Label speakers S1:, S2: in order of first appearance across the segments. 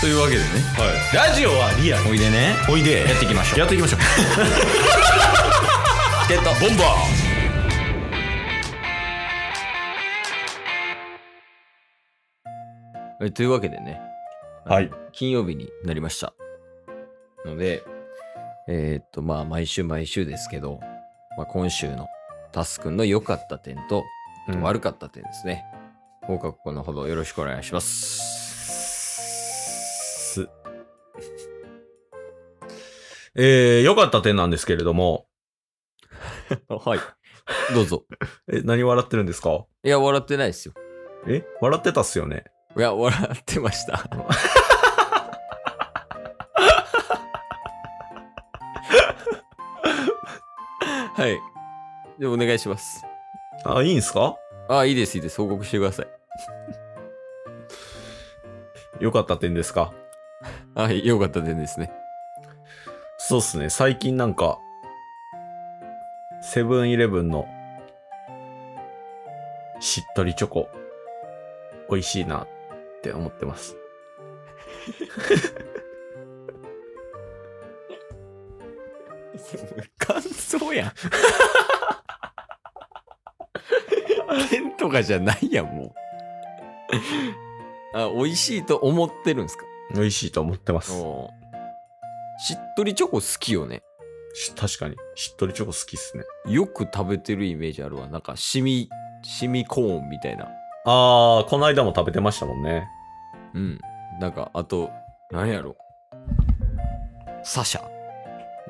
S1: というわけでね
S2: ラジオはリアル
S1: おいでね
S2: おいで
S1: やっていきましょう
S2: やってい きましょう
S1: チケットボンバーえというわけでね
S2: はい
S1: 金曜日になりましたのでえーっとまあ毎週毎週ですけど、まあ、今週のタスくんの良かった点と
S2: うん
S1: 悪かった点ですね、ご報告のほどよろしくお願いします
S2: すえー、良かった点なんですけれども
S1: はいどうぞ
S2: え何笑ってるんですか
S1: いや笑ってないですよ
S2: え笑ってたっすよね
S1: いや笑ってま したはいでお願いします
S2: あいいんすか
S1: あいいですいいです報告してください
S2: 良かった点ですか
S1: あよかった点ですね
S2: そうっすね最近なんかセブンイレブンのしっとりチョコ美味しいなって思ってます
S1: 感想 やん。点とかじゃないやん、もう。あ、美味しいと思ってるんですか
S2: 美味しいと思ってます
S1: しっとりチョコ好きよね。
S2: し確かにしっとりチョコ好きっすね
S1: よく食べてるイメージあるわ。なんか、シミ、シミコーンみたいな。
S2: あーこの間も食べてましたもんね
S1: うん。なんか、あと、なんやろ。サシャ。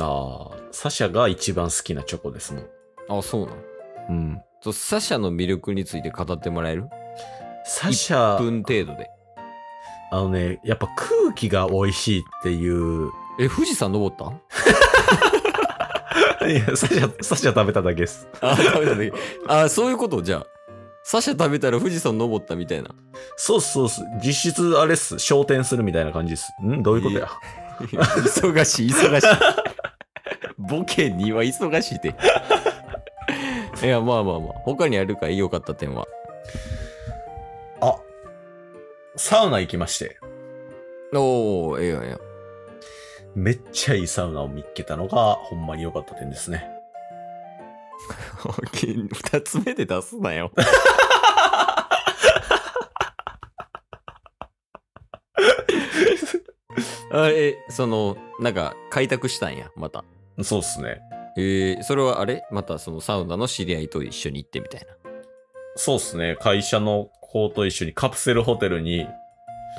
S2: ああサシャが一番好きなチョコですもん
S1: あ、そうなん。
S2: うん
S1: とサシャの魅力について語ってもらえる
S2: サシ
S1: ?1
S2: ャ
S1: 分程度で。
S2: あのねやっぱ空気が美味しいっていう
S1: え、富士山登ったん
S2: いやサシ ャサシャ食べただけです
S1: あ、食べた時。あ、そういうことじゃあ。サシャ食べたら富士山登ったみたいな。
S2: そうっすそうっす実質あれっす昇天するみたいな感じっすんどういうことや
S1: 忙しい、忙しい。ボケには忙しいで。いや、まあまあまあ。他にあるかい良かった点は。
S2: あサウナ行きまして
S1: おおええやんええやん。
S2: めっちゃいいサウナを見っけたのがほんまに良かった点ですね
S1: 二つ目で出すな よ。あえ、その、なんか、開拓したんや、また。
S2: そうっすね
S1: えー、それはあれまたそのサウナの知り合いと一緒に行ってみたい
S2: そうっすね会社の子と一緒にカプセルホテル
S1: な。
S2: に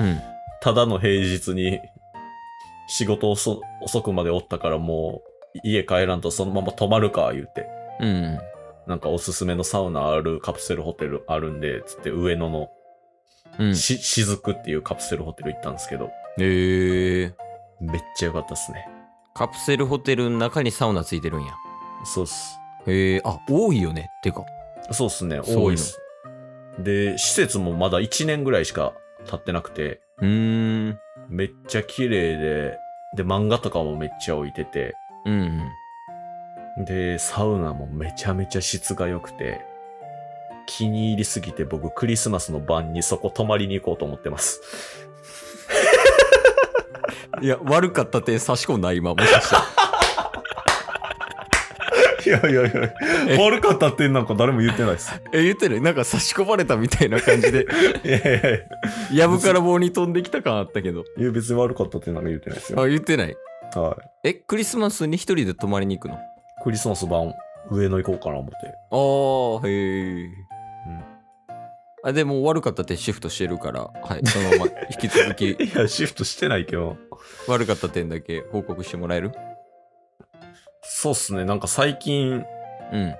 S1: うん。
S2: ただの平日に仕事遅遅くまでおったからもう家帰らんとそのまま泊まるか言うて
S1: うん。
S2: なんかおすすめのサウナあるカプセルホテルあるんでつって上野の
S1: うん。
S2: し雫っていうカプセルホテル行ったんですけど
S1: えー、
S2: めっちゃ良かったっすね
S1: カプセルホテルの中にサウナついてるんや。
S2: そうっす
S1: えー、あ、多いよね。てか。
S2: そうっすね
S1: そういうの
S2: 多いっすで施設もまだ1年ぐらいしか経ってなくて
S1: うーん。
S2: めっちゃ綺麗でで漫画とかもめっちゃ置いてて
S1: うんうん。
S2: で、サウナもめちゃめちゃ質が良くて、気に入りすぎて僕クリスマスの晩にそこ泊まりに行こうと思ってます。
S1: いや、悪かった点差し込んだ、今、もしかして。
S2: いやいやいや、悪かったってなんか誰も言ってない です。
S1: え、言ってるなんか差し込まれたみたいな感じで、
S2: いやいやい
S1: やぶから棒に飛んできた感あったけど。
S2: や、別に悪かったってなんか言ってないですよ。
S1: あ、言ってない。
S2: は
S1: え、クリスマスに一人で泊まりに行くの
S2: い。クリスマス晩、上野行こうかな思って。
S1: ああ、へえ。あでも悪かった点シフトしてるから、はい、その まま引き続き
S2: いや、シフトしてないけど。
S1: 悪かった点だけ報告してもらえる
S2: そうっすね、なんか最近、
S1: うん。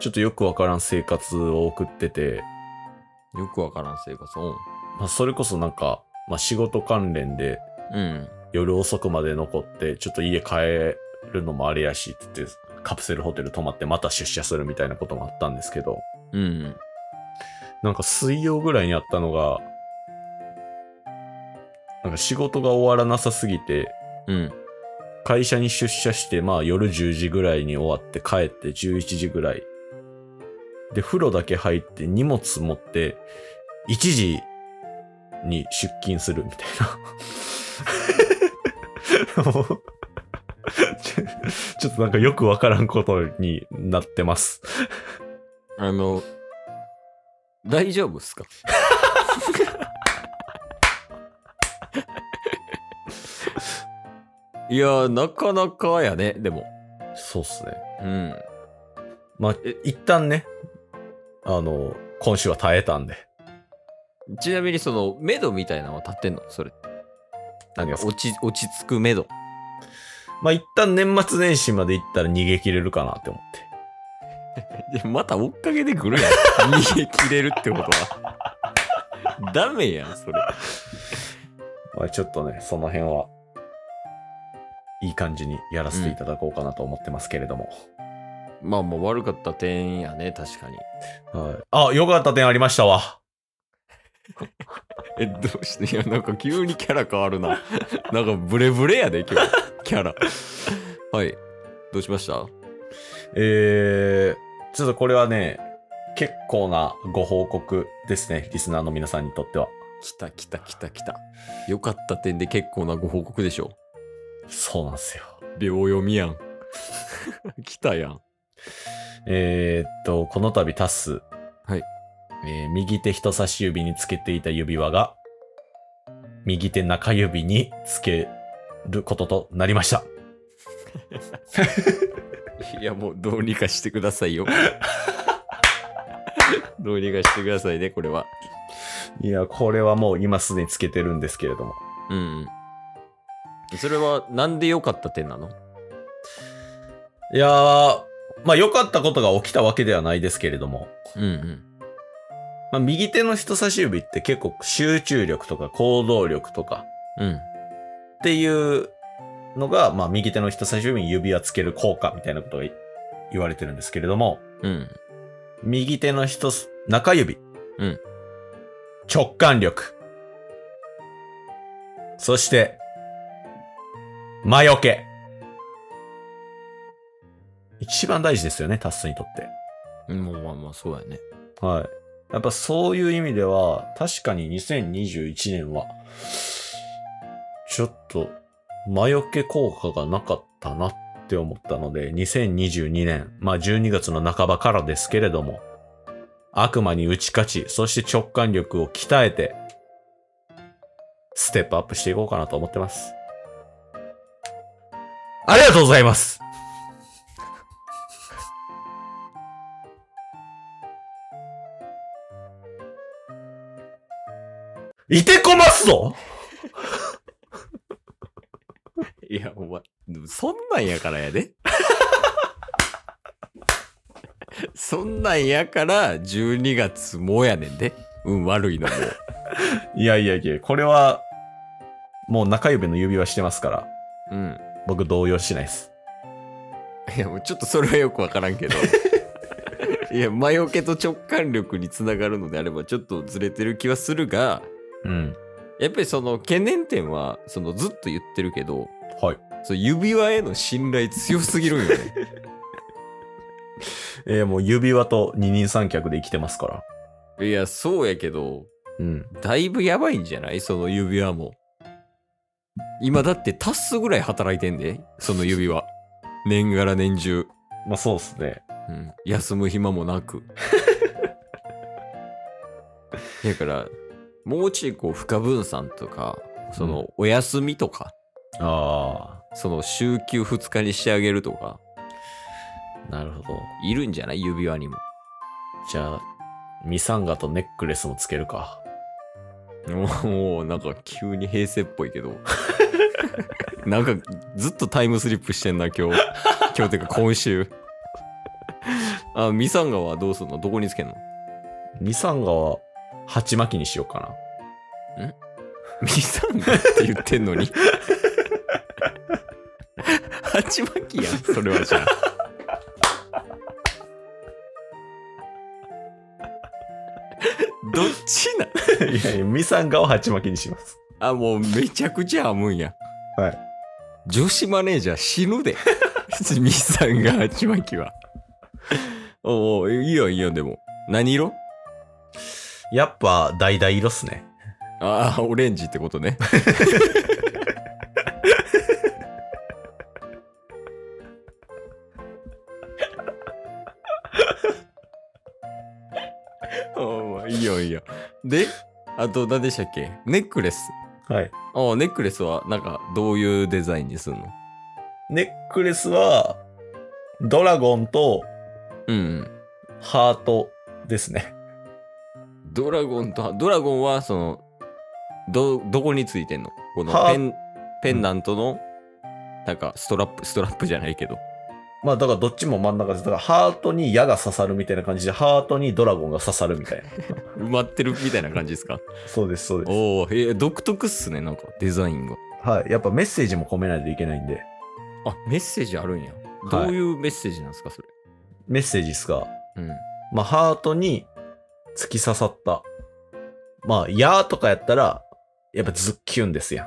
S2: ちょっとよくわからん生活を送ってて、
S1: よくわからん生活。うん。
S2: まあ、それこそなんか、まあ、仕事関連で
S1: うん。
S2: 夜遅くまで残って、ちょっと家帰るのもあれやし、って言って、カプセルホテル泊まってまた出社するみたいなこともあったんですけど、
S1: うん。
S2: なんか水曜ぐらいにあったのが、なんか仕事が終わらなさすぎて、
S1: うん。
S2: 会社に出社して、まあ夜10時ぐらいに終わって帰って11時ぐらい。で、風呂だけ入って荷物持って、1時に出勤するみたいな。 もうちょちょっとなんかよくわからんことになってます。
S1: あの、大丈夫っす かいや、なかなかやね、でも。
S2: そうっすね。
S1: うん。
S2: まあ、一旦ね、あの、今週は耐えたんで。
S1: ちなみに、その、目処みたいなのは立ってんのそれ。なん
S2: 何
S1: か
S2: が
S1: 落ち、落ち着く目処。
S2: まあ、一旦年末年始まで行ったら逃げ切れるかなって思って。
S1: いやまた追っかけてくるや ん。逃げ切れるってことは。ダメやん、それ。
S2: まあ、ちょっとね、その辺は、いい感じにやらせていただこうかなと思ってますけれども。
S1: まあもう悪かった点やね、確かに。
S2: はい。あ、よかった点ありましたわ。
S1: え、どうしていや、なんか急にキャラ変わるな。なんかブレブレやで、今日。キャラ。はい。どうしました
S2: えー、ちょっとこれはね、結構なご報告ですね、リスナーの皆さんにとっては。
S1: 来た来た来た来た。よかった点で結構なご報告でしょ。
S2: そうなんですよ。
S1: 秒読みや ん。来たやん。
S2: えー、っと、この度タス。
S1: はい。
S2: えー右手人差し指につけていた指輪が、右手中指につけることとなりました。
S1: いや、もうどうにかしてくださ いよ。どうにかしてくださいね、これは。
S2: いや、これはもう今すでにつけてるんですけれども。
S1: うん、うん。それはなんで良かった点なの
S2: いやー、まあ良かったことが起きたわけではないですけれども、
S1: うんうん。
S2: まあ、右手の人差し指って結構集中力とか行動力とか
S1: うん。
S2: っていうのが、まあ右手の人差し指に指輪つける効果みたいなことが言われてるんですけれども、
S1: うん。
S2: 右手の人す、中指。
S1: うん
S2: 直感力。そして、魔除け。一番大事ですよね、タッスにとって。
S1: うん。まあまあまあ、そうやね。
S2: はい。やっぱそういう意味では、確かに2021年は、ちょっと、魔除け効果がなかったなって思ったので、2022年、まあ12月の半ばからですけれども、悪魔に打ち勝ち、そして直感力を鍛えて、ステップアップしていこうかなと思ってます。ありがとうございますいてこますぞ
S1: いや、お前、でもそんなんやからやで。 そんなんやから、12月もやねんで。運悪いのも。
S2: いやいやいや、これは、もう中指の指輪してますから、
S1: うん。
S2: 僕動揺しないです。
S1: いや、もうちょっとそれはよくわからんけど。いや、魔除けと直感力につながるのであれば、ちょっとずれてる気はするが、
S2: うん。
S1: やっぱりその懸念点は、そのずっと言ってるけど、
S2: はい。
S1: その指輪への信頼強すぎるんよね。
S2: えーもう指輪と二人三脚で生きてますから。
S1: いや、そうやけど、
S2: うん。
S1: だいぶやばいんじゃないその指輪も。今だってタスぐらい働いてんで、その指輪。年がら年中。
S2: まあそうっすね。
S1: うん、休む暇もなく。だから、もうちょいこう、不可分散とか、その、お休みとか、
S2: あ
S1: その、週休2日にしてあげるとか、
S2: あ、なるほど。
S1: いるんじゃない指輪にも。
S2: じゃあ、ミサンガとネックレスもつけるか。
S1: もう、なんか急に平成っぽいけど。 なんかずっとタイムスリップしてんな、今日。今日てか今週。あ、ミサンガはどうすんのどこにつけんの
S2: ミサンガは、鉢巻きにしようか
S1: ミサンガって言ってんのに。鉢巻きやん、それはじゃあ。どっちな
S2: な。 いやいや、ミサンガを鉢巻きにします。
S1: あ、もうめちゃくちゃ編むんや。
S2: はい。
S1: 女子マネージャー死ぬで。ミスさんが鉢巻きは。おうおう、いいよいいよ、でも。何色
S2: やっぱ、橙色っすね。
S1: ああ、オレンジってことね。あいいや。で、あと何でしたっけネックレス。
S2: はい。
S1: ああ、ネックレスはなんかどういうデザインにすんの
S2: ネックレスは、ドラゴンと
S1: うんうん。
S2: ハートですね。
S1: ドラゴンと、ドラゴンはその、ど、どこについてんのこの
S2: は
S1: ペン、ペンダントの、なんかストラップ、ストラップじゃないけど。
S2: まあだからどっちも真ん中です。だからハートに矢が刺さるみたいな感じで、ハートにドラゴンが刺さるみたい な。
S1: 埋まってるみたいな感じですか
S2: そうです、そうで す。
S1: おお、えー独特っすね、なんかデザインが。
S2: はい。やっぱメッセージも込めないといけないんで。
S1: あ、メッセージあるんや。
S2: い
S1: どういうメッセージなんですか、それ。
S2: メッセージですか。
S1: うん。
S2: まあハートに突き刺さった。まあ矢とかやったら、やっぱズッキュンですやん。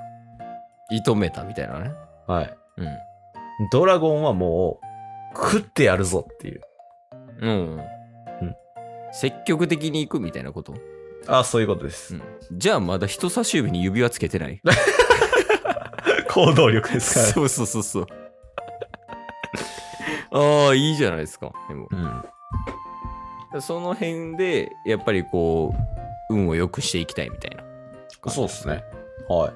S1: 射止めたみたいなね。
S2: はい。
S1: うん。
S2: ドラゴンはもう、食ってやるぞっていう。
S1: うん。うん、積極的に行くみたいなこと、
S2: ああ、そういうことです。
S1: じゃあまだ人差し指に指輪つけてない
S2: 行動力ですから。
S1: そうそうそうそう。ああ、いいじゃないですか。でも、
S2: うん。
S1: その辺で、やっぱりこう、運を良くしていきたいみたいな。
S2: そうですね。は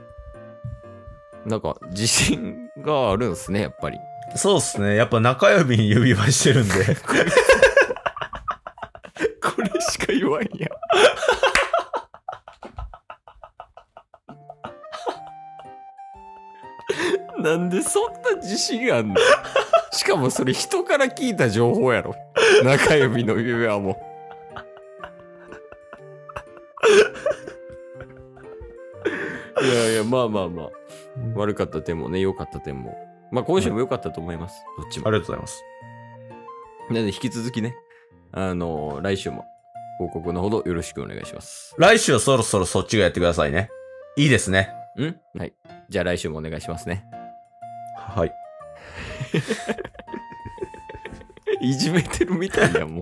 S1: なんか、自信があるんですね、やっぱり。
S2: い。そうですね。やっぱ中指に指輪してるん で。
S1: これしか言わんや。なんでそんな自信あんのしかもそれ人から聞いた情報やろ。中指の指輪も。いやいや、まあまあまあ。悪かった点もね、良かった点も。まあ今週も良かったと思います。どっちも
S2: あ。りがとうございます。
S1: なので引き続きね、あの来週も報告のほどよろしくお願いします。
S2: 来週はそろそろそっちがやってくださいね。いいですね。
S1: うんはい。じゃあ来週もお願いしますね。
S2: はい。
S1: いじめてるみたいやもう。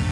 S3: す